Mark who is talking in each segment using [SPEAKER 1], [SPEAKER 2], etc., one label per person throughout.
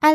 [SPEAKER 1] 艾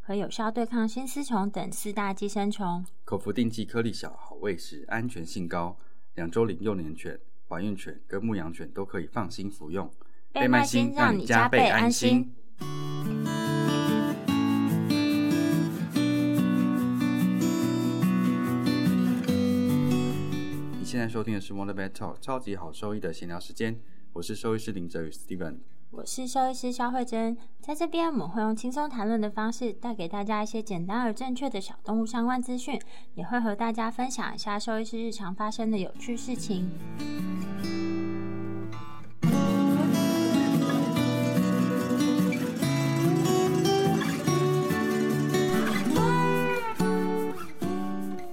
[SPEAKER 1] 和有效对抗新丝虫等四大寄生虫。
[SPEAKER 2] 口服定剂颗粒小，好喂食，安全性高，两周龄幼年犬、怀孕犬跟牧羊犬都可以放心服用。
[SPEAKER 1] 贝麦新让你加倍安心。
[SPEAKER 2] 你现在收听的是 Wonder Vet Talk 超级好兽医的闲聊时间，我是兽医师林哲宇 Steven。
[SPEAKER 1] 我是兽医师肖慧珍，在这边我们会用轻松谈论的方式，带给大家一些简单而正确的小动物相关资讯，也会和大家分享一下兽医师日常发生的有趣事情。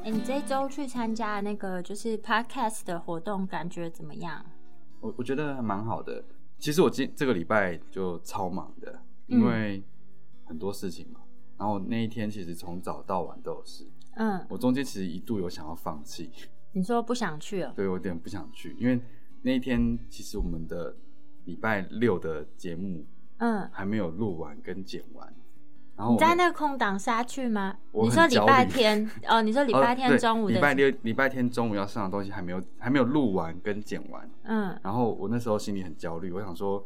[SPEAKER 1] 哎，你这一周去参加那个就是 podcast 的活动，感觉怎么样？
[SPEAKER 2] 我我觉得还蛮好的。其实我今这个礼拜就超忙的，
[SPEAKER 1] 嗯
[SPEAKER 2] 因为很多事情嘛。然后那一天其实从早到晚都有事，
[SPEAKER 1] 嗯，
[SPEAKER 2] 我中间其实一度有想要放弃，
[SPEAKER 1] 你说不想去哦了？
[SPEAKER 2] 对我有点不想去，因为那一天其实我们的礼拜六的节目
[SPEAKER 1] 嗯，
[SPEAKER 2] 还没有录完跟剪完，然后
[SPEAKER 1] 你
[SPEAKER 2] 我
[SPEAKER 1] 在
[SPEAKER 2] 们
[SPEAKER 1] 那个空档杀去吗？
[SPEAKER 2] 我
[SPEAKER 1] 你
[SPEAKER 2] 很
[SPEAKER 1] 说礼
[SPEAKER 2] 焦
[SPEAKER 1] 拜
[SPEAKER 2] 虑
[SPEAKER 1] 天哦，你说礼
[SPEAKER 2] 哦
[SPEAKER 1] 拜天
[SPEAKER 2] 对
[SPEAKER 1] 中午的
[SPEAKER 2] 礼拜六、礼拜天中午要上的东西还没有还没有录完跟剪完，
[SPEAKER 1] 嗯
[SPEAKER 2] 然后我那时候心里很焦虑，我想说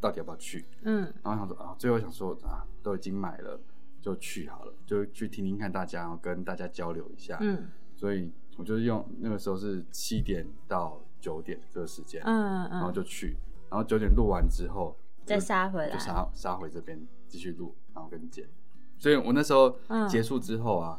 [SPEAKER 2] 到底要不要去，
[SPEAKER 1] 嗯
[SPEAKER 2] 然后想说啊，最后想说啊，都已经买了，就去好了，就去听听看大家，然后跟大家交流一下。，
[SPEAKER 1] 嗯
[SPEAKER 2] 所以我就是用那个时候是七点到九点这个时间，
[SPEAKER 1] 嗯
[SPEAKER 2] 然后
[SPEAKER 1] 嗯，
[SPEAKER 2] 就去，然后九点录完之后
[SPEAKER 1] 再
[SPEAKER 2] 就
[SPEAKER 1] 杀回来
[SPEAKER 2] 就杀杀回这边继续录，然后跟剪。所以我那时候
[SPEAKER 1] 嗯
[SPEAKER 2] 结束之后啊，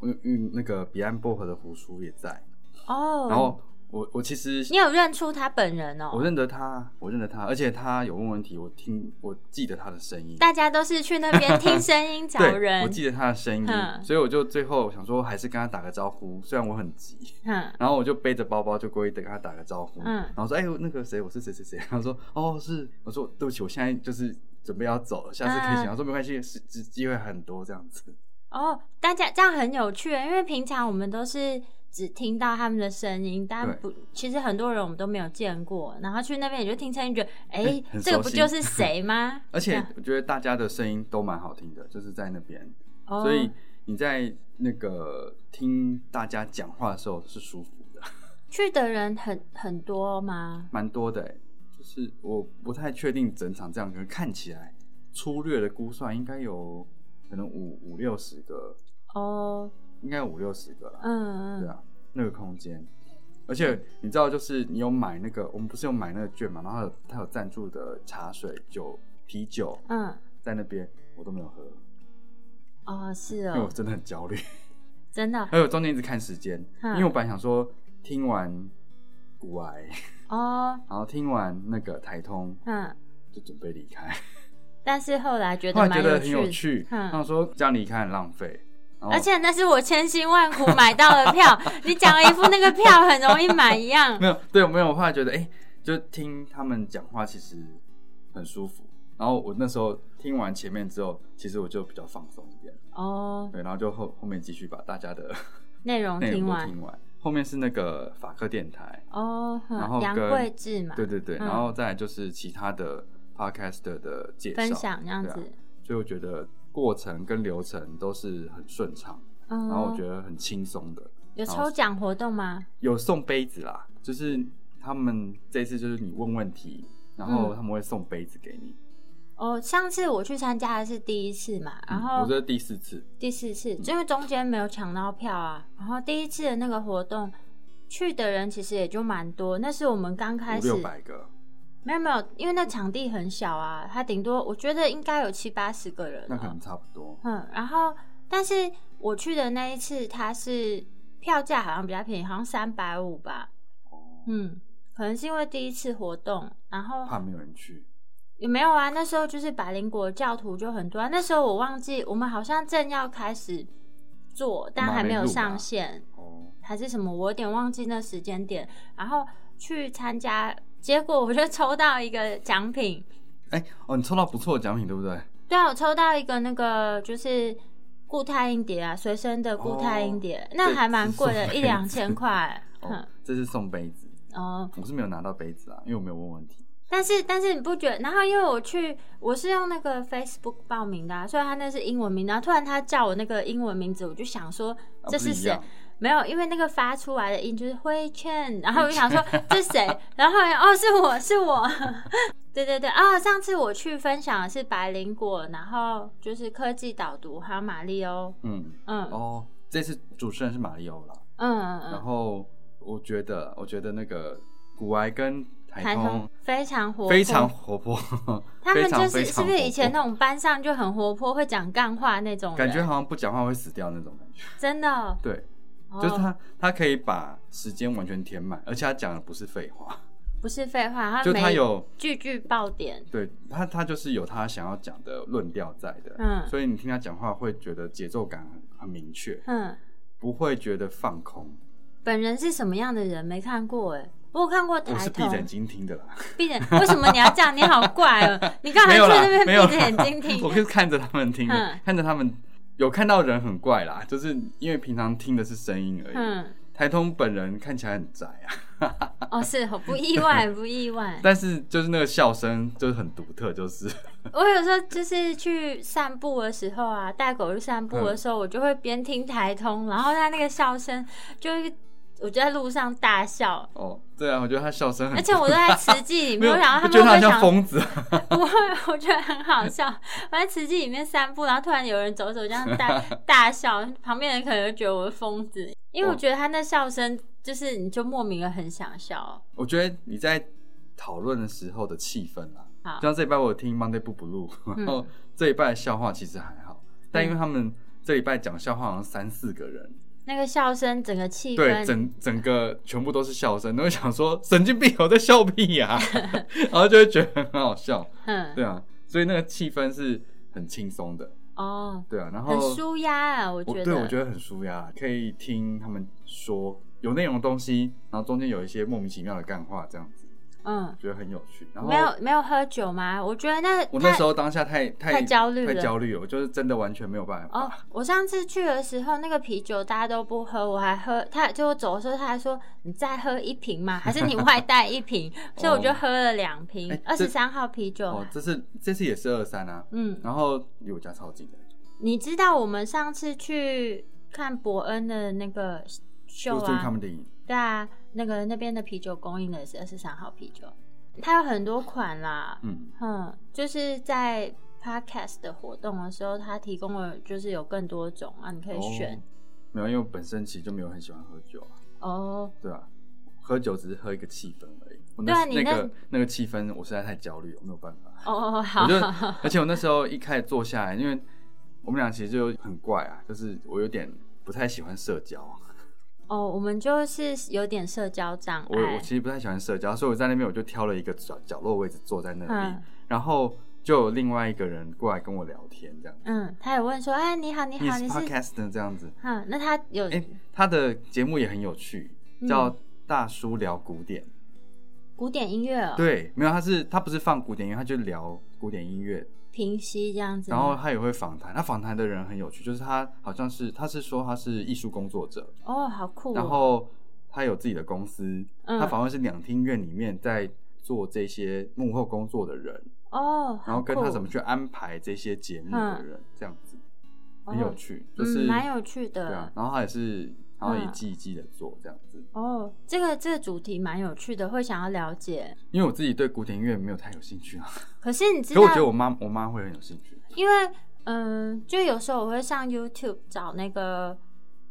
[SPEAKER 2] 我嗯那个彼岸薄荷的胡叔也在，
[SPEAKER 1] 哦，
[SPEAKER 2] 然后我我其实
[SPEAKER 1] 你有认出他本人
[SPEAKER 2] 我
[SPEAKER 1] 哦？
[SPEAKER 2] 认得他，我认得他，而且他有问问题，我听我记得他的声音，
[SPEAKER 1] 大家都是去那边听声音找
[SPEAKER 2] 对，
[SPEAKER 1] 人，
[SPEAKER 2] 我记得他的声音，
[SPEAKER 1] 嗯
[SPEAKER 2] 所以我就最后想说还是跟他打个招呼，虽然我很急，
[SPEAKER 1] 嗯
[SPEAKER 2] 然后我就背着包包就过去跟他打个招呼，
[SPEAKER 1] 嗯
[SPEAKER 2] 然后说哎、那个谁我是谁谁谁， 他说哦是，我说对不起我现在就是准备要走了，下次可以请，
[SPEAKER 1] 嗯
[SPEAKER 2] 他说没关系，是机机会很多这样子，
[SPEAKER 1] 哦，大家这样很有趣，欸因为平常我们都是。只听到他们的声音，但
[SPEAKER 2] 对
[SPEAKER 1] 不，其实很多人我们都没有见过。然后去那边也就听声音，觉得哎、
[SPEAKER 2] 哎很
[SPEAKER 1] 这个
[SPEAKER 2] 熟
[SPEAKER 1] 不
[SPEAKER 2] 悉
[SPEAKER 1] 就是 谁吗？这
[SPEAKER 2] 而且
[SPEAKER 1] 样
[SPEAKER 2] 我觉得大家的声音都蛮好听的，就是在那边，
[SPEAKER 1] 哦
[SPEAKER 2] 所以你在那个听大家讲话的时候是舒服的，
[SPEAKER 1] 去的人很很多吗？
[SPEAKER 2] 蛮多的、哎就是我不太确定整场这样，可是看起来粗略的估算应该有可能五五六十个，
[SPEAKER 1] 哦，
[SPEAKER 2] 应该有五六十个啦，
[SPEAKER 1] 嗯嗯，
[SPEAKER 2] 对啊，那个空间。而且你知道，就是你有买那个，我们不是有买那个券嘛，然后它有它有赞助的茶水、酒、啤酒
[SPEAKER 1] 嗯，
[SPEAKER 2] 在那边，我都没有喝，
[SPEAKER 1] 哦，是
[SPEAKER 2] 因为我
[SPEAKER 1] 哦，
[SPEAKER 2] 真的很焦虑。
[SPEAKER 1] 真的
[SPEAKER 2] 还有中间一直看时间，
[SPEAKER 1] 嗯
[SPEAKER 2] 因为我本来想说听完古癌，
[SPEAKER 1] 哦，
[SPEAKER 2] 然后听完那个台通
[SPEAKER 1] 嗯，
[SPEAKER 2] 就准备离开，
[SPEAKER 1] 但是后来觉
[SPEAKER 2] 后
[SPEAKER 1] 得
[SPEAKER 2] 来
[SPEAKER 1] 蛮
[SPEAKER 2] 觉得很有
[SPEAKER 1] 趣，
[SPEAKER 2] 趣，哦
[SPEAKER 1] 嗯
[SPEAKER 2] 然后说这样离开很浪费，然后
[SPEAKER 1] 而且那是我千辛万苦买到的 票，你讲了一副那个票很容易买一样
[SPEAKER 2] 没，有对没有，我后来觉得哎、就听他们讲话其实很舒服，然后我那时候听完前面之后，其实我就比较放松一点，
[SPEAKER 1] 哦，
[SPEAKER 2] 对，然后就后后面继续把大家的
[SPEAKER 1] 内容
[SPEAKER 2] 内
[SPEAKER 1] 哦听
[SPEAKER 2] 容都
[SPEAKER 1] 完，
[SPEAKER 2] 听完，后面是那个法克电台，
[SPEAKER 1] 哦，哼
[SPEAKER 2] 然后
[SPEAKER 1] 杨
[SPEAKER 2] 跟
[SPEAKER 1] 贵志嘛，
[SPEAKER 2] 对对对，
[SPEAKER 1] 嗯
[SPEAKER 2] 然后再来就是其他的 podcaster 的介绍
[SPEAKER 1] 分享这样
[SPEAKER 2] 对啊
[SPEAKER 1] 子，
[SPEAKER 2] 所以我觉得过程跟流程都是很顺畅，
[SPEAKER 1] 嗯，
[SPEAKER 2] 然后我觉得很轻松的。
[SPEAKER 1] 有抽奖活动吗？
[SPEAKER 2] 有送杯子啦，就是他们这次就是你问问题，然后
[SPEAKER 1] 嗯
[SPEAKER 2] 他们会送杯子给你。
[SPEAKER 1] 哦，上次我去参加的是第一次嘛，然
[SPEAKER 2] 嗯
[SPEAKER 1] 后
[SPEAKER 2] 我这是嗯第四次，
[SPEAKER 1] 第四次，因为中间没有抢到票啊。然后第一次的那个活动，去的人其实也就蛮多。那是我们刚开
[SPEAKER 2] 五
[SPEAKER 1] 始，
[SPEAKER 2] 六百个，
[SPEAKER 1] 没有没有，因为那场地很小啊，它顶多我觉得应该有七八十个人、
[SPEAKER 2] 那可
[SPEAKER 1] 啊
[SPEAKER 2] 能。差不多。
[SPEAKER 1] 嗯，然后但是我去的那一次，它是票价好像比较便宜，好像三百五吧。嗯，可能是因为第一次活动，然后
[SPEAKER 2] 怕没有人去，
[SPEAKER 1] 也没有啊，那时候就是百灵果教徒就很多、啊。那时候我忘记，我们好像正要开始做，但还没有上线，
[SPEAKER 2] 哦，
[SPEAKER 1] 还是什么，我有点忘记那时间点。然后去参加，结果我就抽到一个奖品，
[SPEAKER 2] 哎、哦，你抽到不错的奖品，对不对？
[SPEAKER 1] 对啊，我抽到一个那个就是固态硬碟啊，随身的固态硬碟，那
[SPEAKER 2] 这
[SPEAKER 1] 还蛮贵
[SPEAKER 2] 哦这
[SPEAKER 1] 的，
[SPEAKER 2] 是
[SPEAKER 1] 一两千块。
[SPEAKER 2] 哦
[SPEAKER 1] 哼，
[SPEAKER 2] 这是送杯子，
[SPEAKER 1] 哦，
[SPEAKER 2] 我是没有拿到杯子啊，因为我没有问问题。
[SPEAKER 1] 但是但是你不觉得？然后因为我去，我是用那个 Facebook 报名的、啊，虽然他那是英文名，然后突然他叫我那个英文名字，我就想说
[SPEAKER 2] 啊
[SPEAKER 1] 这是
[SPEAKER 2] 不一
[SPEAKER 1] 谁？
[SPEAKER 2] 样
[SPEAKER 1] 没有，因为那个发出来的音就是灰圈，然后我就想说这 谁？然后后来哦，是我是我。 对对对，啊、上次我去分享的是百灵果，然后就是科技导读，还有玛丽欧，
[SPEAKER 2] 嗯，
[SPEAKER 1] 嗯嗯
[SPEAKER 2] 哦，这次主持人是马里奥啦。
[SPEAKER 1] 嗯
[SPEAKER 2] 然
[SPEAKER 1] 嗯，
[SPEAKER 2] 后我觉得，我觉得那个古埃跟台通
[SPEAKER 1] 非常活泼，
[SPEAKER 2] 非常活泼，
[SPEAKER 1] 他们
[SPEAKER 2] 非常
[SPEAKER 1] 就是
[SPEAKER 2] 非
[SPEAKER 1] 是
[SPEAKER 2] 常
[SPEAKER 1] 不是以前那
[SPEAKER 2] 活
[SPEAKER 1] 种班上就很活泼，会讲干话那种
[SPEAKER 2] 泼
[SPEAKER 1] 人？
[SPEAKER 2] 感觉好像不讲话会死掉那种感觉？
[SPEAKER 1] 真的哦，
[SPEAKER 2] 对，
[SPEAKER 1] 哦
[SPEAKER 2] 就是他他可以把时间完全填满，而且他讲的不是废话，
[SPEAKER 1] 不是废话，他
[SPEAKER 2] 就他
[SPEAKER 1] 每
[SPEAKER 2] 有
[SPEAKER 1] 句句爆点，
[SPEAKER 2] 对他他就是有他想要讲的论调在的，
[SPEAKER 1] 嗯
[SPEAKER 2] 所以你听他讲话会觉得节奏感很很明确，
[SPEAKER 1] 嗯，
[SPEAKER 2] 不会觉得放空。
[SPEAKER 1] 本人是什么样的人没看过哎、我有看过
[SPEAKER 2] 我
[SPEAKER 1] 台
[SPEAKER 2] 是闭
[SPEAKER 1] 通
[SPEAKER 2] 着眼，睛 听的啦，
[SPEAKER 1] 闭着为什么你要这样？你好怪哦、 你干嘛
[SPEAKER 2] 没有
[SPEAKER 1] 坐
[SPEAKER 2] 啦
[SPEAKER 1] 那边，
[SPEAKER 2] 没有
[SPEAKER 1] 闭着
[SPEAKER 2] 啦
[SPEAKER 1] 眼睛听
[SPEAKER 2] 我？是看着他们听的
[SPEAKER 1] 嗯，
[SPEAKER 2] 看着他们有看到人很怪啦，就是因为平常听的是声音而已。
[SPEAKER 1] 嗯，
[SPEAKER 2] 台通本人看起来很宅啊，
[SPEAKER 1] 哦，是哦，不意外，不意外。
[SPEAKER 2] 但是就是那个笑声就是很独特，就是
[SPEAKER 1] 我有时候就是去散步的时候啊，带狗去散步的时候，我就会边听台通，然后他那个笑声，就是我就在路上大笑，
[SPEAKER 2] 哦，对啊，我觉得他笑声很，
[SPEAKER 1] 而且我都在慈济里
[SPEAKER 2] 没
[SPEAKER 1] 面，
[SPEAKER 2] 有，
[SPEAKER 1] 我想到
[SPEAKER 2] 我
[SPEAKER 1] 他
[SPEAKER 2] 觉
[SPEAKER 1] 们会
[SPEAKER 2] 得他
[SPEAKER 1] 不会
[SPEAKER 2] 很像
[SPEAKER 1] 想
[SPEAKER 2] 疯子啊，
[SPEAKER 1] 我 我觉得很好笑。我在慈济里面散步，然后突然有人走走，这样 大大笑，旁边人可能就觉得我是疯子，因为我
[SPEAKER 2] 哦
[SPEAKER 1] 觉得他那笑声，就是你就莫名的很想笑。
[SPEAKER 2] 我觉得你在讨论的时候的气氛啊，
[SPEAKER 1] 好
[SPEAKER 2] 就，像这一拜我有听 Monday 不 blue，然后这一拜的笑话其实还好，
[SPEAKER 1] 嗯
[SPEAKER 2] 但因为他们这一拜讲笑话好像三四个人，
[SPEAKER 1] 那个笑声，整个气
[SPEAKER 2] 对，
[SPEAKER 1] 氛，
[SPEAKER 2] 整整个全部都是笑声，都会想说神经病，我哦在笑屁呀、 然后就会觉得很好笑，
[SPEAKER 1] 嗯，
[SPEAKER 2] 对啊，所以那个气氛是很轻松的，
[SPEAKER 1] 哦，
[SPEAKER 2] 对啊，然后
[SPEAKER 1] 很舒压啊，我
[SPEAKER 2] 我
[SPEAKER 1] 觉
[SPEAKER 2] 对我
[SPEAKER 1] 得，
[SPEAKER 2] 觉得很舒压，可以听他们说有内容的东西，然后中间有一些莫名其妙的干话，这样子
[SPEAKER 1] 嗯，
[SPEAKER 2] 觉得很有趣。然后
[SPEAKER 1] 没有没有喝酒吗？我觉得那
[SPEAKER 2] 我那
[SPEAKER 1] 他
[SPEAKER 2] 时候当下太太
[SPEAKER 1] 太焦虑了
[SPEAKER 2] 太焦虑了，我就是真的完全没有办
[SPEAKER 1] 哦
[SPEAKER 2] 法。，
[SPEAKER 1] 我上次去的时候，那个啤酒大家都不喝，我还喝。他就我走的时候，他还说：“你再喝一瓶 嘛，还是你外带一瓶？”所以我就喝了两瓶
[SPEAKER 2] 哎，
[SPEAKER 1] 二
[SPEAKER 2] 这
[SPEAKER 1] 十三号啤酒。啊
[SPEAKER 2] 哦，这次这次也是二三啊，
[SPEAKER 1] 嗯，
[SPEAKER 2] 然后离我家超近的，
[SPEAKER 1] 你知道我们上次去看伯恩的那个秀
[SPEAKER 2] 就是他
[SPEAKER 1] 啊？
[SPEAKER 2] 们电影。
[SPEAKER 1] 对啊，那个那边的啤酒供应的是二十三号啤酒，它有很多款啦。
[SPEAKER 2] 嗯，
[SPEAKER 1] 嗯，就是在 podcast 的活动的时候，它提供了就是有更多种啊，你可以
[SPEAKER 2] 哦
[SPEAKER 1] 选。
[SPEAKER 2] 没有，因为我本身其实就没有很喜欢喝酒啊，
[SPEAKER 1] 哦
[SPEAKER 2] 对啊，喝酒只是喝一个气氛而已。我
[SPEAKER 1] 对啊
[SPEAKER 2] 那
[SPEAKER 1] 你
[SPEAKER 2] 那
[SPEAKER 1] 那
[SPEAKER 2] 个那个气氛，我实在太焦虑了，我没有办法。
[SPEAKER 1] 哦哦，好
[SPEAKER 2] 我，就， 而且我那时候一开始坐下来，因为我们俩其实就很怪啊，就是我有点不太喜欢社交，啊
[SPEAKER 1] 哦，我们就是有点社交障
[SPEAKER 2] 我我
[SPEAKER 1] 碍，
[SPEAKER 2] 其实不太喜欢社交，所以我在那边我就挑了一个角角落位置坐在那里，
[SPEAKER 1] 嗯
[SPEAKER 2] 然后就有另外一个人过来跟我聊天，这样，
[SPEAKER 1] 嗯，他也问说，哎，你好，你
[SPEAKER 2] 你也
[SPEAKER 1] 好，
[SPEAKER 2] 是
[SPEAKER 1] 你是，
[SPEAKER 2] podcast 这样子，
[SPEAKER 1] 嗯，那他有，
[SPEAKER 2] 哎、他的节目也很有趣，
[SPEAKER 1] 嗯
[SPEAKER 2] 叫大叔聊古典，
[SPEAKER 1] 古典音乐、哦，，
[SPEAKER 2] 对，没有，他是他不是放古典音乐，他就聊古典音乐，
[SPEAKER 1] 平息这样子吗，
[SPEAKER 2] 然后他也会访谈，他访谈的人很有趣，就是他好像是他是说他是艺术工作者。
[SPEAKER 1] 哦，好酷、哦，
[SPEAKER 2] 然后他有自己的公司，
[SPEAKER 1] 嗯
[SPEAKER 2] 他访问是两厅院里面在做这些幕后工作的人，
[SPEAKER 1] 哦，好
[SPEAKER 2] 然后跟
[SPEAKER 1] 酷嗯
[SPEAKER 2] 他怎么去安排这些节目的人，这样子很有，趣，
[SPEAKER 1] 哦
[SPEAKER 2] 就
[SPEAKER 1] 嗯，
[SPEAKER 2] 是
[SPEAKER 1] 蛮有趣
[SPEAKER 2] 对
[SPEAKER 1] 的，嗯
[SPEAKER 2] 啊。然后他也是，然后一季一季的做这样子，
[SPEAKER 1] 哦，这个这个主题蛮有趣的，会想要了解。
[SPEAKER 2] 因为我自己对古典音乐没有太有兴趣啊，
[SPEAKER 1] 可是你知
[SPEAKER 2] 可
[SPEAKER 1] 道，
[SPEAKER 2] 我觉得我妈我妈会很有兴趣，
[SPEAKER 1] 因为嗯，就有时候我会上 YouTube 找那个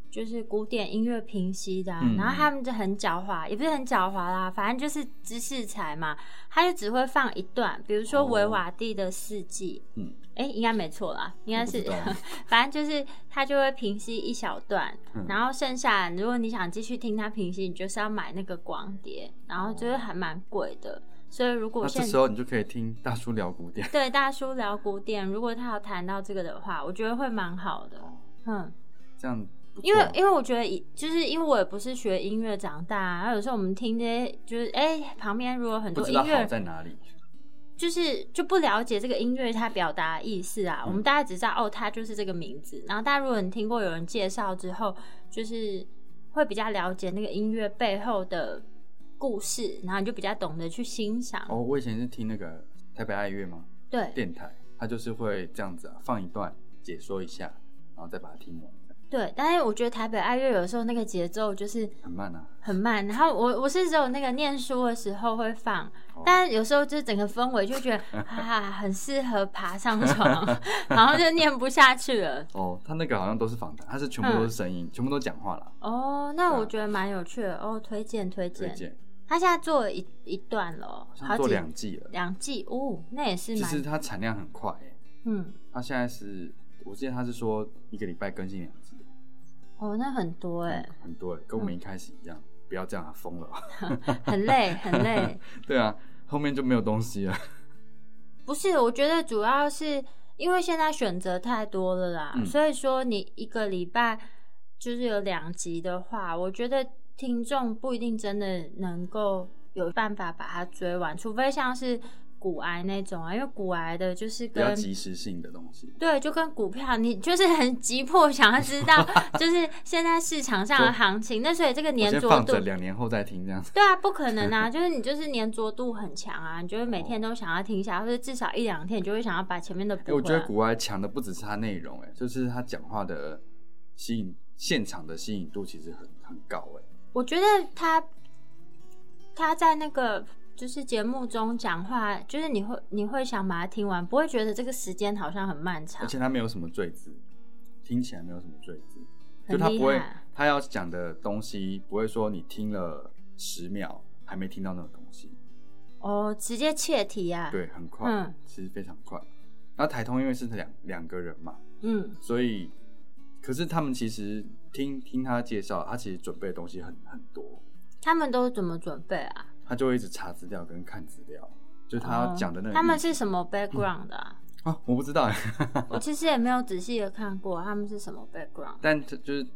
[SPEAKER 1] 就是古典音乐评析的啊、
[SPEAKER 2] 嗯
[SPEAKER 1] 然后他们就很狡猾，也不是很狡猾啦，反正就是知识才嘛，他就只会放一段，比如说
[SPEAKER 2] 哦
[SPEAKER 1] 维瓦蒂的《四季》
[SPEAKER 2] 嗯，
[SPEAKER 1] 诶，应该没错啦，应该是
[SPEAKER 2] 我不知道，
[SPEAKER 1] 反正就是他就会评析一小段，
[SPEAKER 2] 嗯
[SPEAKER 1] 然后剩下如果你想继续听他评析，你就是要买那个光碟，然后就是还蛮贵的，所以如果
[SPEAKER 2] 那
[SPEAKER 1] 现
[SPEAKER 2] 这时候你就可以听大叔聊古典，
[SPEAKER 1] 对大叔聊古典，如果他有谈到这个的话，我觉得会蛮好的。嗯，
[SPEAKER 2] 这样不错啊
[SPEAKER 1] 因为因为我觉得以，就是因为我也不是学音乐长大、啊，然后有时候我们听这些，就是哎、旁边如果很
[SPEAKER 2] 不
[SPEAKER 1] 多
[SPEAKER 2] 知道
[SPEAKER 1] 音
[SPEAKER 2] 好
[SPEAKER 1] 乐，
[SPEAKER 2] 在哪里，
[SPEAKER 1] 就是就不了解这个音乐它表达的意思啊。我
[SPEAKER 2] 嗯
[SPEAKER 1] 们大家只知道哦，它就是这个名字。然后大家如果你听过有人介绍之后，就是会比较了解那个音乐背后的故事，然后你就比较懂得去欣赏。
[SPEAKER 2] 哦，我以前是听那个台北爱乐嘛，
[SPEAKER 1] 对
[SPEAKER 2] 电台，它就是会这样子啊，放一段解说一下，然后再把它听完，
[SPEAKER 1] 对，但是我觉得台北爱乐有时候那个节奏就是
[SPEAKER 2] 很慢啊。
[SPEAKER 1] 很慢，然后我我是只有那个念书的时候会放
[SPEAKER 2] 哦，
[SPEAKER 1] 但有时候就是整个氛围就觉得 啊，很适合爬上床，然后就念不下去了。
[SPEAKER 2] 哦，他那个好像都是访谈，他是全部
[SPEAKER 1] 嗯
[SPEAKER 2] 都是声音，全部都讲话啦。
[SPEAKER 1] 哦，那
[SPEAKER 2] 对啊
[SPEAKER 1] 我觉得蛮有趣的哦，推荐推
[SPEAKER 2] 推
[SPEAKER 1] 荐。
[SPEAKER 2] 荐，
[SPEAKER 1] 他现在做了一一段了哦，好
[SPEAKER 2] 好像做
[SPEAKER 1] 几
[SPEAKER 2] 两季了，
[SPEAKER 1] 两季哦，那也是
[SPEAKER 2] 其实
[SPEAKER 1] 蛮
[SPEAKER 2] 它产量很快诶、
[SPEAKER 1] 嗯
[SPEAKER 2] 它现在是，我记得他是说一个礼拜更新两集，
[SPEAKER 1] 哦，那很多 哎，
[SPEAKER 2] 很很多、欸，跟我们一开始一样，不要这样、啊， 疯了。
[SPEAKER 1] 很累很累。
[SPEAKER 2] 对啊，后面就没有东西了。
[SPEAKER 1] 不是，我觉得主要是因为现在选择太多了啦，
[SPEAKER 2] 嗯
[SPEAKER 1] 所以说你一个礼拜就是有两集的话，我觉得听众不一定真的能够有办法把它追完，除非像是骨癌那种啊，因为骨癌的就是
[SPEAKER 2] 比较
[SPEAKER 1] 跟。
[SPEAKER 2] 及时性的东西。
[SPEAKER 1] 对，就跟股票，你就是很急迫想要知 道，就是现在市场上的
[SPEAKER 2] 说
[SPEAKER 1] 行情。那所以这个
[SPEAKER 2] 我
[SPEAKER 1] 粘
[SPEAKER 2] 先
[SPEAKER 1] 着
[SPEAKER 2] 放
[SPEAKER 1] 度
[SPEAKER 2] 着，，两年后再听这样子。
[SPEAKER 1] 对啊，不可能 啊！就是你就是粘着度很强啊，你就会每天都想要听一下，或者至少一两天，你就会想要把前面的补
[SPEAKER 2] 哎、
[SPEAKER 1] 回来。
[SPEAKER 2] 我觉得古埃强的不只是他内容、哎，就是他讲话的吸引，现场的吸引度其实很很高、哎，
[SPEAKER 1] 我觉得他他在那个就是节目中讲话，就是你会你会想把它听完，不会觉得这个时间好像很漫长
[SPEAKER 2] 而。且他没有什么赘字，听起来没有什么赘字，
[SPEAKER 1] 很
[SPEAKER 2] 就他不
[SPEAKER 1] 厉
[SPEAKER 2] 会
[SPEAKER 1] 害，啊
[SPEAKER 2] 他要讲的东西不会说你听了十秒还没听到那种东西，
[SPEAKER 1] 哦，直接切题啊。，
[SPEAKER 2] 对，很快，
[SPEAKER 1] 嗯
[SPEAKER 2] 其实非常快。那台通因为是两两个人嘛，
[SPEAKER 1] 嗯，
[SPEAKER 2] 所以，可是他们其实听听他介绍，他其实准备的东西很很多，
[SPEAKER 1] 他们都怎么准备啊？
[SPEAKER 2] 他就会一直查资料跟看资料，就是他
[SPEAKER 1] 哦
[SPEAKER 2] 讲的那个意思、
[SPEAKER 1] 他们是什么 background 的 啊？
[SPEAKER 2] 啊，我不知道欸，
[SPEAKER 1] 我其实也没有仔细的看过他们是什么 background。
[SPEAKER 2] 但这就是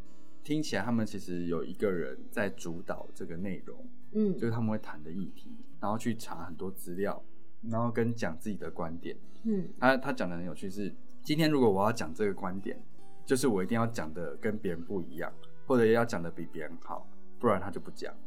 [SPEAKER 2] 听起来他们其实有一个人在主导这个内容，
[SPEAKER 1] 嗯
[SPEAKER 2] 就是他们会谈的议题，然后去查很多资料，然后跟讲自己的观点。
[SPEAKER 1] 嗯，
[SPEAKER 2] 他他讲的很有趣是，今天如果我要讲这个观点，就是我一定要讲的跟别人不一样，或者要讲的比别人好，不然他就不讲了，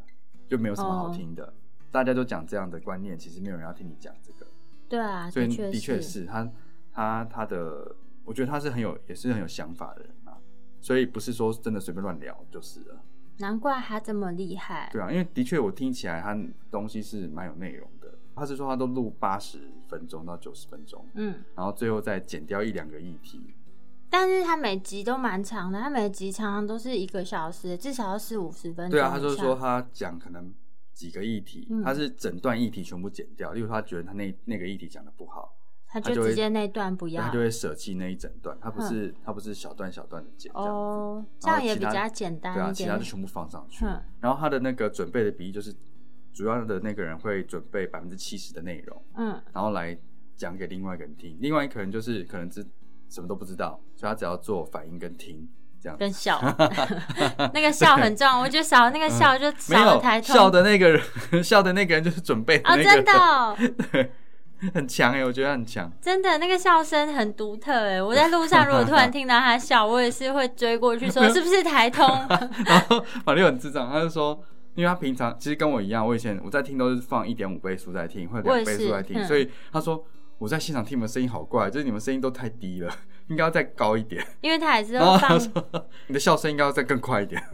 [SPEAKER 2] 就没有什么
[SPEAKER 1] 哦
[SPEAKER 2] 好听的。大家都讲这样的观念，其实没有人要听你讲这个，
[SPEAKER 1] 对啊，
[SPEAKER 2] 所以
[SPEAKER 1] 的确
[SPEAKER 2] 的确是他他他的，我觉得他是很有也是很有想法的人啊，所以不是说真的随便乱聊就是了。
[SPEAKER 1] 难怪他这么厉害。
[SPEAKER 2] 对啊，因为的确我听起来他东西是蛮有内容的，他是说他都录八十分钟到九十分钟，
[SPEAKER 1] 嗯，
[SPEAKER 2] 然后最后再剪掉一两个议题，
[SPEAKER 1] 但是他每集都蛮长的，他每集常常都是一个小时，至少要四五十分钟以上。
[SPEAKER 2] 对啊，他就是说他讲可能几个议题，
[SPEAKER 1] 嗯
[SPEAKER 2] 他是整段议题全部剪掉，例如他觉得他那那个议题讲的不好，
[SPEAKER 1] 他
[SPEAKER 2] 他
[SPEAKER 1] 就
[SPEAKER 2] 就会
[SPEAKER 1] 直接那段不
[SPEAKER 2] 对
[SPEAKER 1] 要
[SPEAKER 2] 他就会舍弃那一整段，他不是、他不是小段小段的剪这样
[SPEAKER 1] 嗯
[SPEAKER 2] 子，
[SPEAKER 1] 哦，这
[SPEAKER 2] 然后
[SPEAKER 1] 样也
[SPEAKER 2] 其
[SPEAKER 1] 比
[SPEAKER 2] 他
[SPEAKER 1] 较简
[SPEAKER 2] 对啊，
[SPEAKER 1] 单一
[SPEAKER 2] 其
[SPEAKER 1] 点
[SPEAKER 2] 他就。全部放上去。
[SPEAKER 1] 嗯
[SPEAKER 2] 然后他的那个准备的比例就是，主要的那个人会准备百分之七十的内容，
[SPEAKER 1] 嗯，
[SPEAKER 2] 然后来讲给另外一个人听，另外一个人就是可能是什么都不知道，所以他只要做反应跟听这样子。
[SPEAKER 1] 跟 笑，那个笑很重要，我觉得少了那个笑就
[SPEAKER 2] 嗯没
[SPEAKER 1] 少了台
[SPEAKER 2] 有
[SPEAKER 1] 痛。
[SPEAKER 2] 笑的那个人， 笑的那个人就是准备的
[SPEAKER 1] 哦，
[SPEAKER 2] 那个人
[SPEAKER 1] 真的哦，
[SPEAKER 2] 对， 很强哎、我觉得很强。
[SPEAKER 1] 真的那个笑声很独特哎！我在路上如果突然听到他笑，我也是会追过去 说是不是台通？
[SPEAKER 2] 然后马六很智障，他就说，因为他平常其实跟我一样，我以前我在听都是放一点五倍速在听，或者
[SPEAKER 1] 我也
[SPEAKER 2] 两倍速在
[SPEAKER 1] 是
[SPEAKER 2] 听，
[SPEAKER 1] 嗯
[SPEAKER 2] 所以他说我在现场听你们声音好怪，就是你们声音都太低了， 应该要再高一点。
[SPEAKER 1] 因为他也 是
[SPEAKER 2] 然后
[SPEAKER 1] 会
[SPEAKER 2] 他
[SPEAKER 1] 放
[SPEAKER 2] 说你的笑声应该要再更快一点。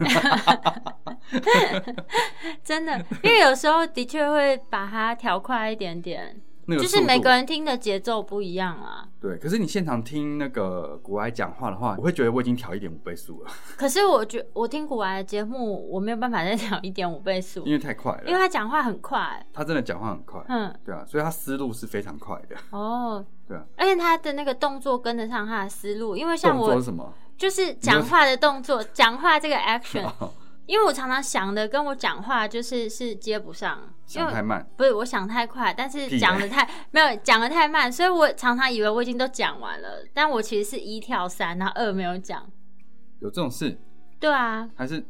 [SPEAKER 1] 真的，因为有时候的确会把它调快一点点，
[SPEAKER 2] 那个
[SPEAKER 1] 就
[SPEAKER 2] 速
[SPEAKER 1] 是
[SPEAKER 2] 度
[SPEAKER 1] 每个人听的节奏不一样啊。
[SPEAKER 2] 对，可是你现场听那个古埃讲话的话，我会觉得我已经调一点五倍速了，
[SPEAKER 1] 可是我觉我听古玩的节目，我没有办法再调一点五倍速，
[SPEAKER 2] 因
[SPEAKER 1] 因
[SPEAKER 2] 为太快
[SPEAKER 1] 为
[SPEAKER 2] 了。
[SPEAKER 1] 他讲话很快。
[SPEAKER 2] 他真的讲话很快，
[SPEAKER 1] 嗯，
[SPEAKER 2] 对啊，所以他思路是非常快的。
[SPEAKER 1] 哦，
[SPEAKER 2] 对啊，
[SPEAKER 1] 而且他的那个动作跟得上他的思路，因为像
[SPEAKER 2] 动作
[SPEAKER 1] 我
[SPEAKER 2] 是什么？
[SPEAKER 1] 就是讲话的动作，讲话这个 action，
[SPEAKER 2] 哦
[SPEAKER 1] 因为我常常想的跟我讲话就是是接不上，因
[SPEAKER 2] 想太
[SPEAKER 1] 为。
[SPEAKER 2] 慢，
[SPEAKER 1] 不是我想太快，但是
[SPEAKER 2] 屁
[SPEAKER 1] 讲
[SPEAKER 2] 嘞
[SPEAKER 1] 的 太没有讲的太慢，所以我常常以为我已经都讲完了，但我其实是一跳三，然后二没有讲。
[SPEAKER 2] 有这种事？
[SPEAKER 1] 对啊，
[SPEAKER 2] 还是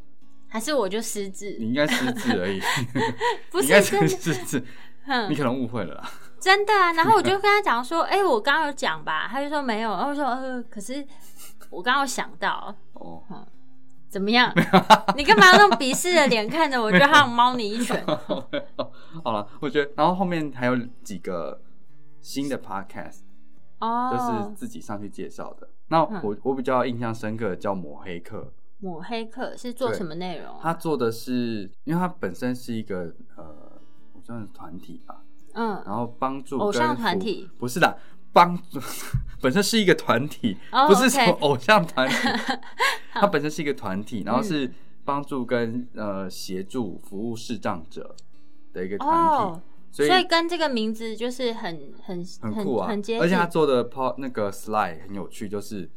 [SPEAKER 1] 还是我就失智
[SPEAKER 2] 你？应该失智而已，
[SPEAKER 1] 不
[SPEAKER 2] 你应
[SPEAKER 1] 是
[SPEAKER 2] 该
[SPEAKER 1] 真的，
[SPEAKER 2] 是 失智，
[SPEAKER 1] 哼
[SPEAKER 2] 你可能误会了啦。
[SPEAKER 1] 真的啊。然后我就跟他讲说， 哎、我刚刚有讲吧，他就说没有，然后我说呃，可是我刚刚有想到，
[SPEAKER 2] 哦，
[SPEAKER 1] 怎么样？ 你干嘛要用鄙视的脸看着我？就好想猫你一拳。
[SPEAKER 2] 好了，我觉得，然后后面还有几个新的 podcast，就
[SPEAKER 1] 哦
[SPEAKER 2] 是，自己上去介绍的。那
[SPEAKER 1] 嗯
[SPEAKER 2] 我我比较印象深刻的叫抹黑客，
[SPEAKER 1] 抹黑客是做什么内容啊？
[SPEAKER 2] 他做的是，因为他本身是一个呃，我算是团体吧，
[SPEAKER 1] 嗯，
[SPEAKER 2] 然后帮助
[SPEAKER 1] 偶
[SPEAKER 2] 跟
[SPEAKER 1] 像团
[SPEAKER 2] 扶
[SPEAKER 1] 体
[SPEAKER 2] 不是啦，帮助 本身是一个团体
[SPEAKER 1] 哦
[SPEAKER 2] 不是什么
[SPEAKER 1] OK
[SPEAKER 2] 偶像 团体，它本身是一个团体，
[SPEAKER 1] 嗯
[SPEAKER 2] 然后是帮助跟呃协助服务视障者的一个团体
[SPEAKER 1] 哦，，
[SPEAKER 2] 所
[SPEAKER 1] 所
[SPEAKER 2] 以
[SPEAKER 1] 以跟这个名字就是很很
[SPEAKER 2] 很酷啊
[SPEAKER 1] 很接，
[SPEAKER 2] 而且
[SPEAKER 1] 近
[SPEAKER 2] 他。做的 po 那个 slide 很有趣，就是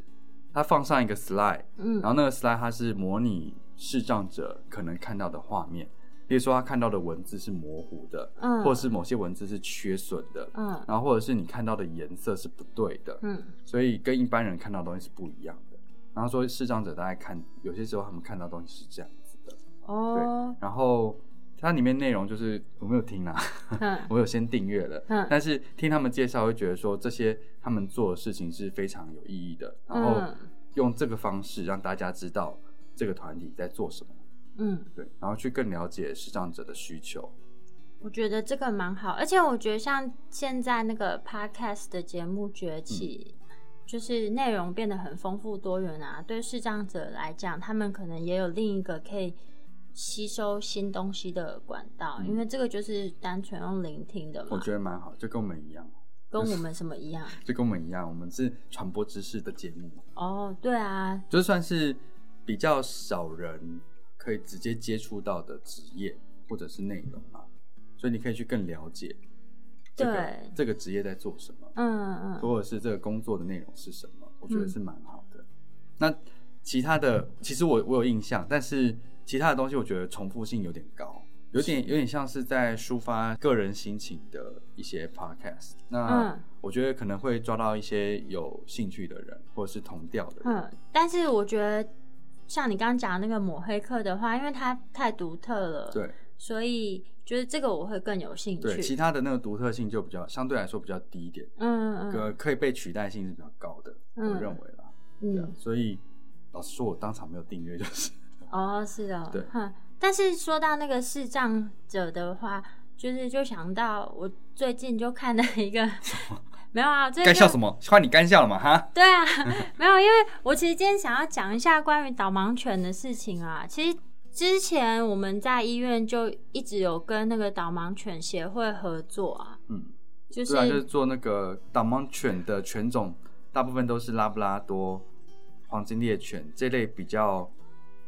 [SPEAKER 2] 他放上一个 slide，
[SPEAKER 1] 嗯
[SPEAKER 2] 然后那个 slide 它是模拟视障者可能看到的画面，例如说他看到的文字是模糊的，
[SPEAKER 1] 嗯
[SPEAKER 2] 或者是某些文字是缺损的，
[SPEAKER 1] 嗯
[SPEAKER 2] 然后或者是你看到的颜色是不对的，
[SPEAKER 1] 嗯
[SPEAKER 2] 所以跟一般人看到的东西是不一样的。然后说视障者大概看，有些时候他们看到的东西是这样子的。
[SPEAKER 1] 哦
[SPEAKER 2] 然后它里面内容就是我没有听啦、啊
[SPEAKER 1] 嗯
[SPEAKER 2] 我有先订阅了，
[SPEAKER 1] 嗯
[SPEAKER 2] 但是听他们介绍会觉得说这些他们做的事情是非常有意义的，然后
[SPEAKER 1] 嗯
[SPEAKER 2] 用这个方式让大家知道这个团体在做什么，
[SPEAKER 1] 嗯，
[SPEAKER 2] 对，然后去更了解视障者的需求，
[SPEAKER 1] 我觉得这个蛮好，而且我觉得像现在那个 podcast 的节目崛
[SPEAKER 2] 嗯
[SPEAKER 1] 起。就是内容变得很丰富多元啊，对视障者来讲，他们可能也有另一个可以吸收新东西的管道，
[SPEAKER 2] 嗯
[SPEAKER 1] 因为这个就是单纯用聆听的
[SPEAKER 2] 我
[SPEAKER 1] 嘛，
[SPEAKER 2] 觉得蛮好，就跟我们一样，
[SPEAKER 1] 跟我们什么一样。
[SPEAKER 2] 就跟我们一样，我们是传播知识的节目，
[SPEAKER 1] 哦，对啊，
[SPEAKER 2] 就算是比较少人可以直接接触到的职业或者是内容啊，所以你可以去更了解这个
[SPEAKER 1] 对
[SPEAKER 2] 这个职业在做什么。
[SPEAKER 1] 嗯嗯
[SPEAKER 2] 或者是这个工作的内容是什么，我觉得是蛮好的。那其他的，其实我我有印象，但是其他的东西我觉得重复性有点高，有点有点像是在抒发个人心情的一些 podcast。那
[SPEAKER 1] 嗯
[SPEAKER 2] 我觉得可能会抓到一些有兴趣的人，或者是同调的人。
[SPEAKER 1] 嗯，但是我觉得像你刚刚讲的那个抹黑课的话，因为它太独特了，，
[SPEAKER 2] 对
[SPEAKER 1] 所以就是这个我会更有兴
[SPEAKER 2] 对，其
[SPEAKER 1] 趣。
[SPEAKER 2] 他的那个独特性就比较相对来说比较低一点，
[SPEAKER 1] 嗯嗯
[SPEAKER 2] 可可以被取代性是比较高的，
[SPEAKER 1] 嗯
[SPEAKER 2] 我认为啦。对啊
[SPEAKER 1] 嗯，，
[SPEAKER 2] 所以老实说，我当场没有订阅，就是
[SPEAKER 1] 哦，是哦，
[SPEAKER 2] 对
[SPEAKER 1] 哼。但是说到那个视障者的话，就是就想到我最近就看了一个， 没有啊，最
[SPEAKER 2] 该
[SPEAKER 1] 近
[SPEAKER 2] 笑
[SPEAKER 1] 就
[SPEAKER 2] 什么？换你干笑了嘛哈。
[SPEAKER 1] 对啊，没有，因为我其实今天想要讲一下关于导盲犬的事情啊。其实之前我们在医院就一直有跟那个导盲犬协会合作啊，
[SPEAKER 2] 嗯，
[SPEAKER 1] 就是
[SPEAKER 2] 对啊，就是做那个导盲犬的犬种，大部分都是拉布拉多、黄金猎犬这类比较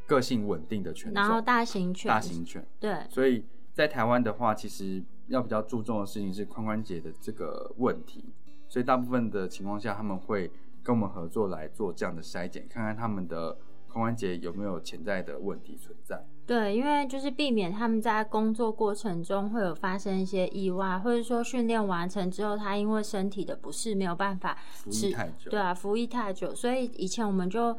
[SPEAKER 2] 个性稳定的犬种，
[SPEAKER 1] 然后大型犬，
[SPEAKER 2] 大型犬。
[SPEAKER 1] 对，
[SPEAKER 2] 所以在台湾的话，其实要比较注重的事情是髋关节的这个问题，所以大部分的情况下，他们会跟我们合作来做这样的筛检，看看他们的髋关节有没有潜在的问题存在。
[SPEAKER 1] 对，因为就是避免他们在工作过程中会有发生一些意外，或者说训练完成之后，他因为身体的不适没有办法
[SPEAKER 2] 服
[SPEAKER 1] 是
[SPEAKER 2] 役太久，
[SPEAKER 1] 对啊，服役太久，所以以前我们就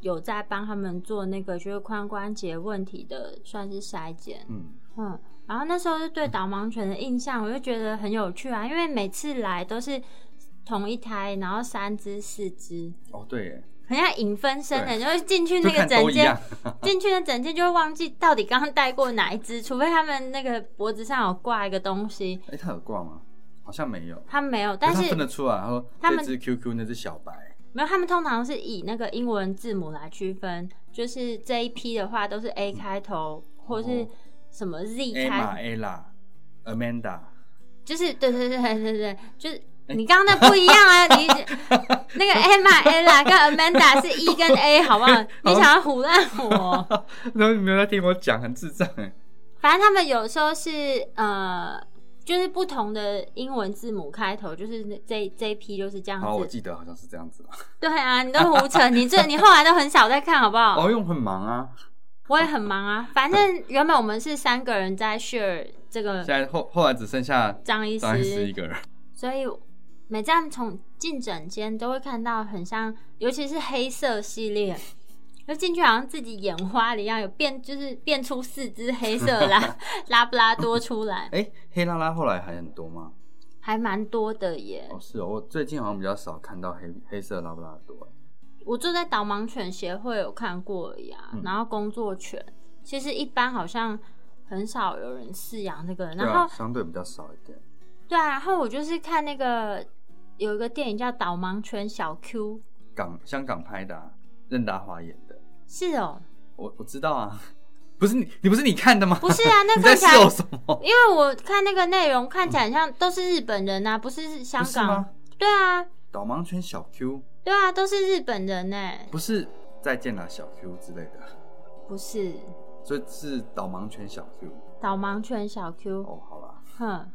[SPEAKER 1] 有在帮他们做那个就是髋关节问题的算是筛检，
[SPEAKER 2] 嗯，
[SPEAKER 1] 嗯，然后那时候就对导盲犬的印象，我就觉得很有趣啊，因为每次来都是同一台，然后三只四只，
[SPEAKER 2] 哦对耶，
[SPEAKER 1] 很像影分身的，
[SPEAKER 2] 对
[SPEAKER 1] 就会进去那
[SPEAKER 2] 就
[SPEAKER 1] 个
[SPEAKER 2] 看都
[SPEAKER 1] 整
[SPEAKER 2] 一
[SPEAKER 1] 间
[SPEAKER 2] 样，
[SPEAKER 1] 进去的整间就会忘记到底刚刚带过哪一只，除非他们那个脖子上有挂一个东西，
[SPEAKER 2] 哎、他有挂吗？好像没有。
[SPEAKER 1] 他们没有，
[SPEAKER 2] 可
[SPEAKER 1] 但
[SPEAKER 2] 哦他
[SPEAKER 1] 是
[SPEAKER 2] 分得出来，他说
[SPEAKER 1] 他们
[SPEAKER 2] 这只 QQ 那只小白，
[SPEAKER 1] 没有，他们通常是以那个英文字母来区分，就是这一批的话都是 A 开头，或是
[SPEAKER 2] 哦
[SPEAKER 1] 什么 Z
[SPEAKER 2] A
[SPEAKER 1] 开
[SPEAKER 2] 玛 A 啦，Amanda，
[SPEAKER 1] 就是对对对对对对，就是你刚刚那不一样啊！你那个 Emma Ella 跟 Amanda 是 E 跟 A 好不好？你想要唬烂我？
[SPEAKER 2] 然后你没有在听我讲，很智障哎。
[SPEAKER 1] 哦反正他们有时候是呃，就是不同的英文字母开头，就是那这这一批就是这样
[SPEAKER 2] 好，我
[SPEAKER 1] 子。
[SPEAKER 2] 记得好像是这样子吧。
[SPEAKER 1] 对啊，你都胡扯，你这你后来都很少在看好不好？
[SPEAKER 2] 哦，因为我很忙啊，
[SPEAKER 1] 我也很忙啊。反正原本我们是三个人在 share 这个
[SPEAKER 2] 现在后后来只剩下
[SPEAKER 1] 张医
[SPEAKER 2] 张医师
[SPEAKER 1] 师
[SPEAKER 2] 一，个人。
[SPEAKER 1] 所以每站从进诊间都会看到很像，尤其是黑色系列，就进去好像自己眼花了一样，有变就是变出四只黑色 拉拉布拉多出来，
[SPEAKER 2] 哎，黑拉拉后来还很多吗？
[SPEAKER 1] 还蛮多的耶。
[SPEAKER 2] 哦，是哦，我最近好像比较少看到黑黑色拉布拉多。
[SPEAKER 1] 我就在导盲犬协会有看过呀、啊，
[SPEAKER 2] 嗯
[SPEAKER 1] 然后工作犬，其实一般好像很少有人饲养这个。
[SPEAKER 2] 对
[SPEAKER 1] 然
[SPEAKER 2] 啊，
[SPEAKER 1] 后
[SPEAKER 2] 相对比较少一点。
[SPEAKER 1] 对啊，然后我就是看那个有一个电影叫《导盲犬小 Q》，
[SPEAKER 2] 港香港拍的、啊，任达华演的，
[SPEAKER 1] 是哦，
[SPEAKER 2] 我我知道啊， 不是你，你不是你看的吗？
[SPEAKER 1] 不是啊那
[SPEAKER 2] 你在
[SPEAKER 1] 看起来
[SPEAKER 2] 秀什么？
[SPEAKER 1] 因为我看那个内容看起来很像都是日本人啊，不是香
[SPEAKER 2] 嗯不是
[SPEAKER 1] 港
[SPEAKER 2] 吗，
[SPEAKER 1] 对啊，
[SPEAKER 2] 导盲犬小 Q
[SPEAKER 1] 对啊，都是日本人呢、
[SPEAKER 2] 不是再见了小 Q 之类的，
[SPEAKER 1] 不是
[SPEAKER 2] 所以是导盲犬小 Q。
[SPEAKER 1] 导盲犬小 Q，
[SPEAKER 2] 哦，好啦，
[SPEAKER 1] 哼，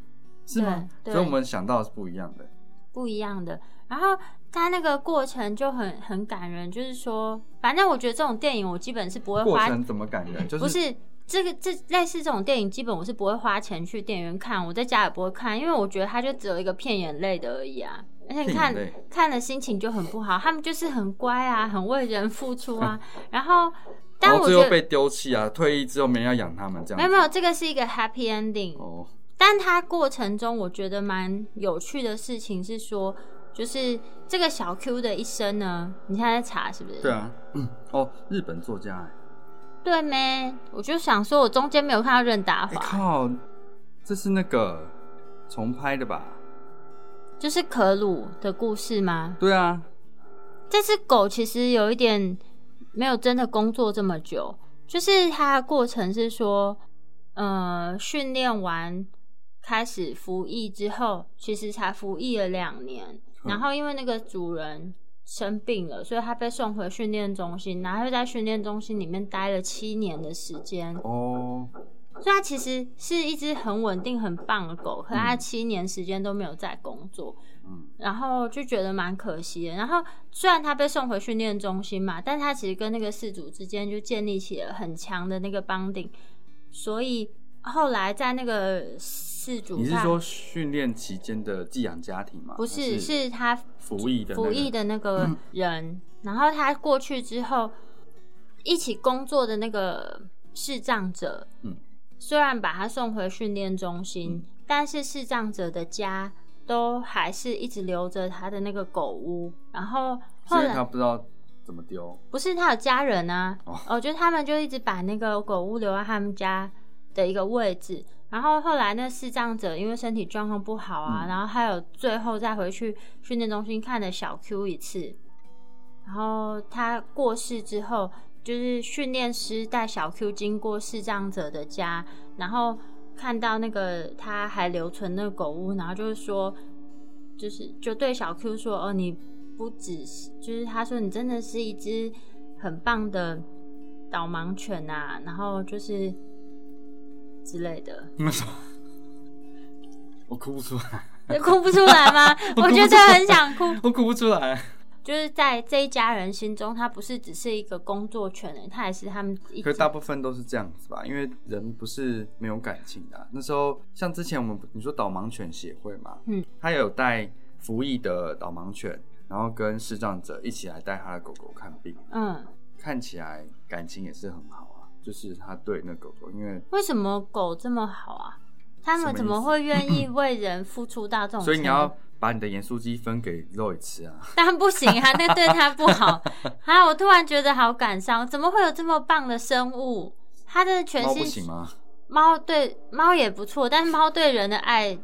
[SPEAKER 2] 是吗？
[SPEAKER 1] 对
[SPEAKER 2] 所
[SPEAKER 1] 对
[SPEAKER 2] 以我们想到的是不一样的。
[SPEAKER 1] 不一样的。然后他那个过程就很很感人，就是说，反正我觉得这种电影我基本是不会
[SPEAKER 2] 过
[SPEAKER 1] 花，
[SPEAKER 2] 程怎么感人？就是
[SPEAKER 1] 不是这个这类似这种电影，基本我是不会花钱去电影院看，我在家也不会看，因为我觉得它就只有一个骗眼泪的而已啊。而且
[SPEAKER 2] 骗
[SPEAKER 1] 看
[SPEAKER 2] 眼泪
[SPEAKER 1] 看了心情就很不好，他们就是很乖啊，很为人付出 啊。然后，但
[SPEAKER 2] 然后
[SPEAKER 1] 我
[SPEAKER 2] 最
[SPEAKER 1] 觉
[SPEAKER 2] 后
[SPEAKER 1] 得
[SPEAKER 2] 被丢弃啊，退役之后没人要养他们这样。
[SPEAKER 1] 没有没有，这个是一个 happy ending。
[SPEAKER 2] 哦，
[SPEAKER 1] 但它过程中，我觉得蛮有趣的事情是说，就是这个小 Q 的一生呢，你现在在查是不是？
[SPEAKER 2] 对啊， 嗯哦，日本作家哎、
[SPEAKER 1] 对咩？我就想说，我中间没有看到任达
[SPEAKER 2] 哎
[SPEAKER 1] 华，
[SPEAKER 2] 靠，这是那个重拍的吧？
[SPEAKER 1] 就是可鲁的故事吗？
[SPEAKER 2] 对啊，
[SPEAKER 1] 这只狗其实有一点没有真的工作这么久，就是它的过程是说，呃，训练完开始服役之后，其实才服役了两年，
[SPEAKER 2] 嗯
[SPEAKER 1] 然后因为那个主人生病了，所以它被送回训练中心，然后又在训练中心里面待了七年的时间，
[SPEAKER 2] 哦，
[SPEAKER 1] 所以它其实是一只很稳定、很棒的狗，可它
[SPEAKER 2] 嗯
[SPEAKER 1] 七年时间都没有在工作。
[SPEAKER 2] 嗯，
[SPEAKER 1] 然后就觉得蛮可惜的。然后虽然他被送回训练中心嘛，但他其实跟那个事主之间就建立起了很强的那个 bonding，所以后来在那个事主
[SPEAKER 2] 你是
[SPEAKER 1] 他
[SPEAKER 2] 说训练期间的寄养家庭吗？
[SPEAKER 1] 不
[SPEAKER 2] 还
[SPEAKER 1] 是是他
[SPEAKER 2] 服役的那
[SPEAKER 1] 服
[SPEAKER 2] 个
[SPEAKER 1] 役的那个
[SPEAKER 2] 嗯
[SPEAKER 1] 人，然后他过去之后一起工作的那个视障者，
[SPEAKER 2] 嗯
[SPEAKER 1] 虽然把他送回训练中心，但是视障者的家都还是一直留着他的那个狗屋，然后
[SPEAKER 2] 所
[SPEAKER 1] 后
[SPEAKER 2] 以他
[SPEAKER 1] 来。
[SPEAKER 2] 不知道怎么丢。
[SPEAKER 1] 不是他有家人啊，
[SPEAKER 2] 哦
[SPEAKER 1] 哦，就他们就一直把那个狗屋留在他们家的一个位置，然后后来那视障者因为身体状况不好啊，
[SPEAKER 2] 嗯
[SPEAKER 1] 然后还有最后再回去训练中心看了小 Q 一次，然后他过世之后，就是训练师带小 Q 经过视障者的家，然后看到那个他还留存那个狗屋，然后就是说，就是就对小 Q 说：“哦，你不只是，就是他说你真的是一只很棒的导盲犬啊，然后就是之类的。”
[SPEAKER 2] 你们说， 我哭不出来，
[SPEAKER 1] 哭不出来吗？ 我觉得很想哭。
[SPEAKER 2] 我哭不出来。
[SPEAKER 1] 就是在这一家人心中，他不是只是一个工作犬人，他也是他们一
[SPEAKER 2] 可
[SPEAKER 1] 起
[SPEAKER 2] 是大部分都是这样子吧，因为人不是没有感情的啊、那时候像之前我们你说导盲犬协会嘛，
[SPEAKER 1] 嗯，
[SPEAKER 2] 他也有带服役的导盲犬，然后跟视障者一起来带他的狗狗看病，
[SPEAKER 1] 嗯。
[SPEAKER 2] 看起来感情也是很好啊。就是他对那狗狗，因为
[SPEAKER 1] 为什么狗这么好啊？他
[SPEAKER 2] 什么
[SPEAKER 1] 们
[SPEAKER 2] 意思
[SPEAKER 1] 怎么会愿意为人付出到这种程度？
[SPEAKER 2] 所以你要把你的盐酥鸡分给肉也吃啊。
[SPEAKER 1] 但不行啊，那对它不好啊！我突然觉得好感伤，怎么会有这么棒的生物？它的全
[SPEAKER 2] 猫不行
[SPEAKER 1] 心
[SPEAKER 2] 吗？
[SPEAKER 1] 猫对猫也不错，但是猫对人的爱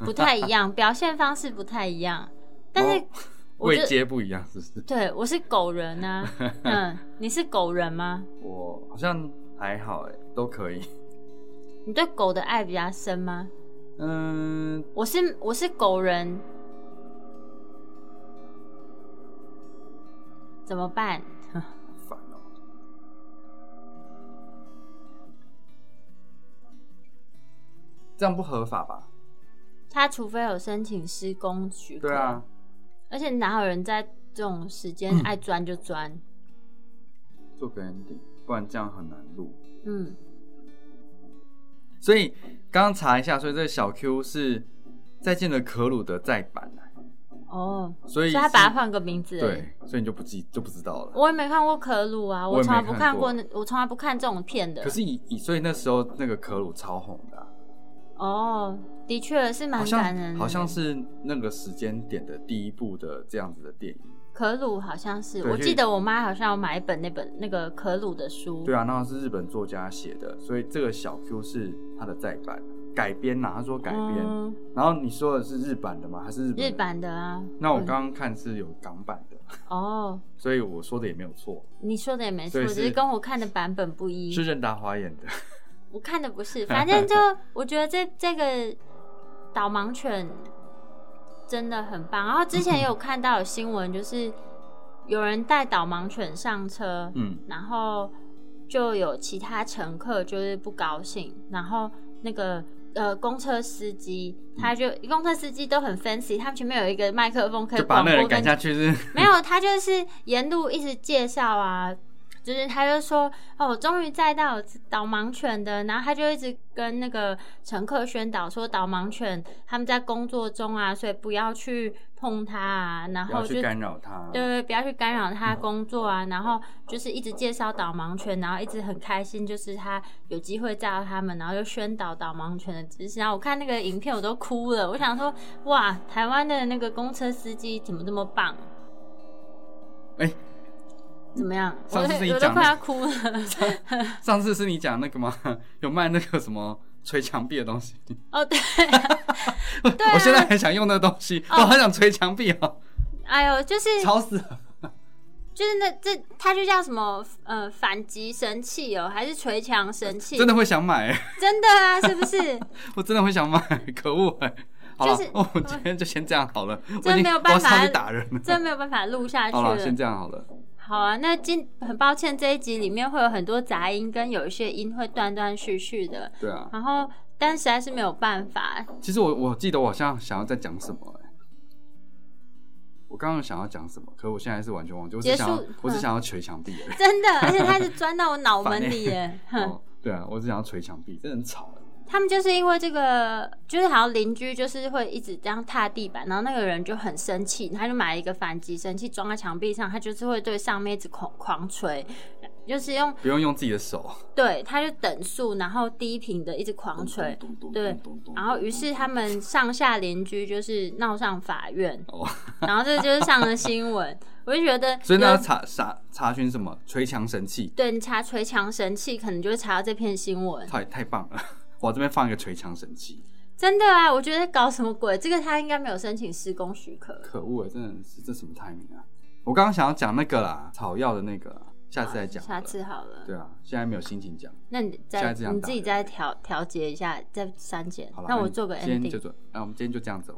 [SPEAKER 1] 不太一 样，表现方式不太一样。但是
[SPEAKER 2] 猫
[SPEAKER 1] 我
[SPEAKER 2] 位
[SPEAKER 1] 就
[SPEAKER 2] 阶不一样，是不是？
[SPEAKER 1] 对我是狗人 啊，嗯，你是狗人吗？
[SPEAKER 2] 我好像还好哎，都可以。
[SPEAKER 1] 你对狗的爱比较深吗？
[SPEAKER 2] 嗯，
[SPEAKER 1] 我是我是狗人，怎么办？
[SPEAKER 2] 烦哦、这样不合法吧？
[SPEAKER 1] 他除非有申请施工许可，
[SPEAKER 2] 对啊，，嗯
[SPEAKER 1] 而且哪有人在这种时间爱钻就钻？
[SPEAKER 2] 做个 ending，不然这样很难录。
[SPEAKER 1] 嗯，
[SPEAKER 2] 所以刚刚查一下，所以这个小 Q 是《再见了可鲁》的再版啊、
[SPEAKER 1] 哦，
[SPEAKER 2] 所
[SPEAKER 1] 所
[SPEAKER 2] 以
[SPEAKER 1] 以他把它
[SPEAKER 2] 是
[SPEAKER 1] 换个名字。，
[SPEAKER 2] 对，所以你就不记就不知道了。
[SPEAKER 1] 我也没看过可鲁啊，
[SPEAKER 2] 我也没
[SPEAKER 1] 从来不
[SPEAKER 2] 看
[SPEAKER 1] 看
[SPEAKER 2] 过
[SPEAKER 1] 过那，我从来不看这种片的。
[SPEAKER 2] 可是以以所以那时候那个可鲁超红的啊、
[SPEAKER 1] 哦，的确是
[SPEAKER 2] 好
[SPEAKER 1] 蛮感人
[SPEAKER 2] 像
[SPEAKER 1] 的，
[SPEAKER 2] 好像是那个时间点的第一部的这样子的电影。
[SPEAKER 1] 可鲁，好像是
[SPEAKER 2] 对
[SPEAKER 1] 我
[SPEAKER 2] 就
[SPEAKER 1] 记得我妈好像有买一本那本那个可鲁的书。
[SPEAKER 2] 对啊，那是日本作家写的，所以这个小 Q 是他的再版改编呐、他说改编。
[SPEAKER 1] 嗯
[SPEAKER 2] 然后你说的是日版的吗？还是日本的
[SPEAKER 1] 日版的啊。
[SPEAKER 2] 那我
[SPEAKER 1] 嗯
[SPEAKER 2] 刚刚看是有港版的，
[SPEAKER 1] 哦，
[SPEAKER 2] 所以我说的也没有错，
[SPEAKER 1] 你说的也没错，
[SPEAKER 2] 所以
[SPEAKER 1] 只
[SPEAKER 2] 是
[SPEAKER 1] 是跟我看的版本不一。
[SPEAKER 2] 是任达华 演的。
[SPEAKER 1] 我看的不 是，反正就我觉得这这个导盲犬真的很棒。然后之前也有看到有新闻，就是有人带导盲犬上车，
[SPEAKER 2] 嗯，
[SPEAKER 1] 然后就有其他乘客就是不高兴，然后那个呃公车司机
[SPEAKER 2] 嗯
[SPEAKER 1] 他就、公车司机都很 fancy，他们前面有一个麦克风可以
[SPEAKER 2] 就把
[SPEAKER 1] 广
[SPEAKER 2] 那人
[SPEAKER 1] 播
[SPEAKER 2] 赶
[SPEAKER 1] 跟
[SPEAKER 2] 下去是。
[SPEAKER 1] 没有，他就是沿路一直介绍啊，就是他就说哦，我终于载到导盲犬的，然后他就一直跟那个乘客宣导说，导盲犬他们在工作中啊，所以不要去碰它啊，然
[SPEAKER 2] 不要
[SPEAKER 1] 后
[SPEAKER 2] 去
[SPEAKER 1] 就
[SPEAKER 2] 干扰 他。
[SPEAKER 1] 对，不要去干扰他工作啊，然后就是一直介绍导盲犬，然后一直很开心，就是他有机会载到他们，然后又宣导导盲犬的知识。然后我看那个影片我都哭了，我想说哇，台湾的那个公车司机怎么这么棒？
[SPEAKER 2] 哎
[SPEAKER 1] 怎么样？我
[SPEAKER 2] 上次是你
[SPEAKER 1] 我都
[SPEAKER 2] 讲的
[SPEAKER 1] 快要哭了。
[SPEAKER 2] 上次是你讲那个吗？ 有卖那个什么捶墙壁的东西。
[SPEAKER 1] 哦，对，啊
[SPEAKER 2] 我现在很想用那个东西，
[SPEAKER 1] 哦
[SPEAKER 2] 我好想捶墙壁哦，
[SPEAKER 1] 哎呦，就是
[SPEAKER 2] 吵死了。
[SPEAKER 1] 就是那这，它就叫什么呃反击神器哦，还是捶墙神器？
[SPEAKER 2] 真的会想买、
[SPEAKER 1] 真的啊，是不是？
[SPEAKER 2] 我真的会想买，可恶哎、好了，
[SPEAKER 1] 就是
[SPEAKER 2] 哦我今天就先这样好了，我已
[SPEAKER 1] 真
[SPEAKER 2] 经
[SPEAKER 1] 没有办
[SPEAKER 2] 我
[SPEAKER 1] 法
[SPEAKER 2] 要上去打人了。
[SPEAKER 1] 真没有办法录下去
[SPEAKER 2] 好了，
[SPEAKER 1] 了
[SPEAKER 2] 先。这样好了。
[SPEAKER 1] 好啊，那今很抱歉这一集里面会有很多杂音，跟有一些音会断断续续的，
[SPEAKER 2] 对啊，
[SPEAKER 1] 然后但实在是没有办法。
[SPEAKER 2] 其实我我记得我好像想要再讲什么、哎，我刚刚想要讲什么，可我现在是完全忘记。我只
[SPEAKER 1] 结束
[SPEAKER 2] 想要，我只
[SPEAKER 1] 嗯
[SPEAKER 2] 想要捶墙壁而已。
[SPEAKER 1] 真的，而且它是钻到我脑
[SPEAKER 2] 烦欸
[SPEAKER 1] 门里耶！哼，
[SPEAKER 2] 哦，对啊，我只想要捶墙壁，真的很吵、哎
[SPEAKER 1] 他们就是因为这个，就是好像邻居就是会一直这样踏地板，然后那个人就很生气，他就买了一个反击神器装在墙壁上，他就是会对上面一直狂狂捶，就是用
[SPEAKER 2] 不用用自己的手。
[SPEAKER 1] 对，他就等速，然后低频的一直狂捶，对，然后于是他们上下邻居就是闹上法院，
[SPEAKER 2] 哦，
[SPEAKER 1] 然后这就是上了新闻， 我就觉得
[SPEAKER 2] 所以那
[SPEAKER 1] 有
[SPEAKER 2] 要查查查询什么捶墙神器，
[SPEAKER 1] 对你查捶墙神器，可能就会查到这篇新闻。
[SPEAKER 2] 太太棒了！ 我这边放一个捶墙神器，
[SPEAKER 1] 真的啊，我觉得搞什么鬼？这个他应该没有申请施工许可。
[SPEAKER 2] 可恶哎，真的是这什么 timing 啊！我刚刚想要讲那个啦，草药的那个啦，下次再讲。
[SPEAKER 1] 下。次好了。
[SPEAKER 2] 对啊，现在没有心情讲。
[SPEAKER 1] 那你
[SPEAKER 2] 下
[SPEAKER 1] 再
[SPEAKER 2] 一次想
[SPEAKER 1] 你自己
[SPEAKER 2] 打
[SPEAKER 1] 再调调节一下，再删减
[SPEAKER 2] 好。了，
[SPEAKER 1] 那我
[SPEAKER 2] 你
[SPEAKER 1] 做个
[SPEAKER 2] 今天就
[SPEAKER 1] ending。
[SPEAKER 2] 做，那我们今天就这样子哦。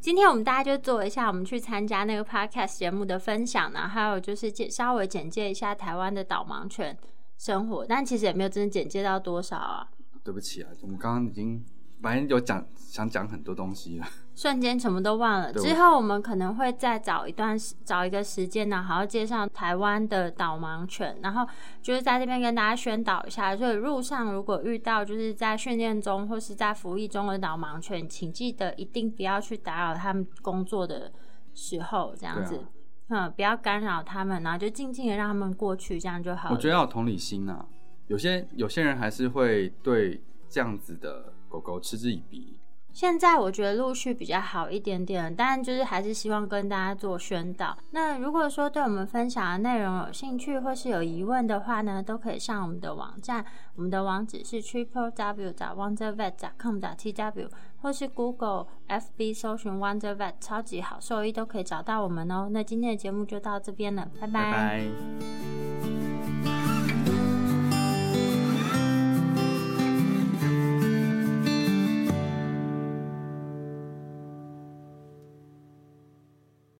[SPEAKER 1] 今天我们大家就做一下我们去参加那个 podcast 节目的分享，然后还有就是介稍微简介一下台湾的导盲犬生活，但其实也没有真的简介到多少啊，
[SPEAKER 2] 对不起啊，我们刚刚已经反正有讲想讲很多东西了。
[SPEAKER 1] 瞬间什么都忘了。
[SPEAKER 2] 对
[SPEAKER 1] 之后我们可能会再找一段时找一个时间呢，好好介绍台湾的导盲犬，然后就是在这边跟大家宣导一下。所以路上如果遇到就是在训练中或是在服役中的导盲犬，请记得一定不要去打扰他们工作的时候，这样
[SPEAKER 2] 对
[SPEAKER 1] 子
[SPEAKER 2] 啊。
[SPEAKER 1] 嗯，不要干扰他们，然后就静静的让他们过去，这样就好了。
[SPEAKER 2] 我觉得要有同理心啊，有些有些人还是会对这样子的狗狗嗤之以鼻。
[SPEAKER 1] 现在我觉得陆续比较好一点点，但就是还是希望跟大家做宣导。那如果说对我们分享的内容有兴趣或是有疑问的话呢，都可以上我们的网站，我们的网址是 triple w wondervet com t w，或是 Google FB 搜寻 wondervet 超级好兽医都可以找到我们哦。那今天的节目就到这边了，拜
[SPEAKER 2] 拜拜。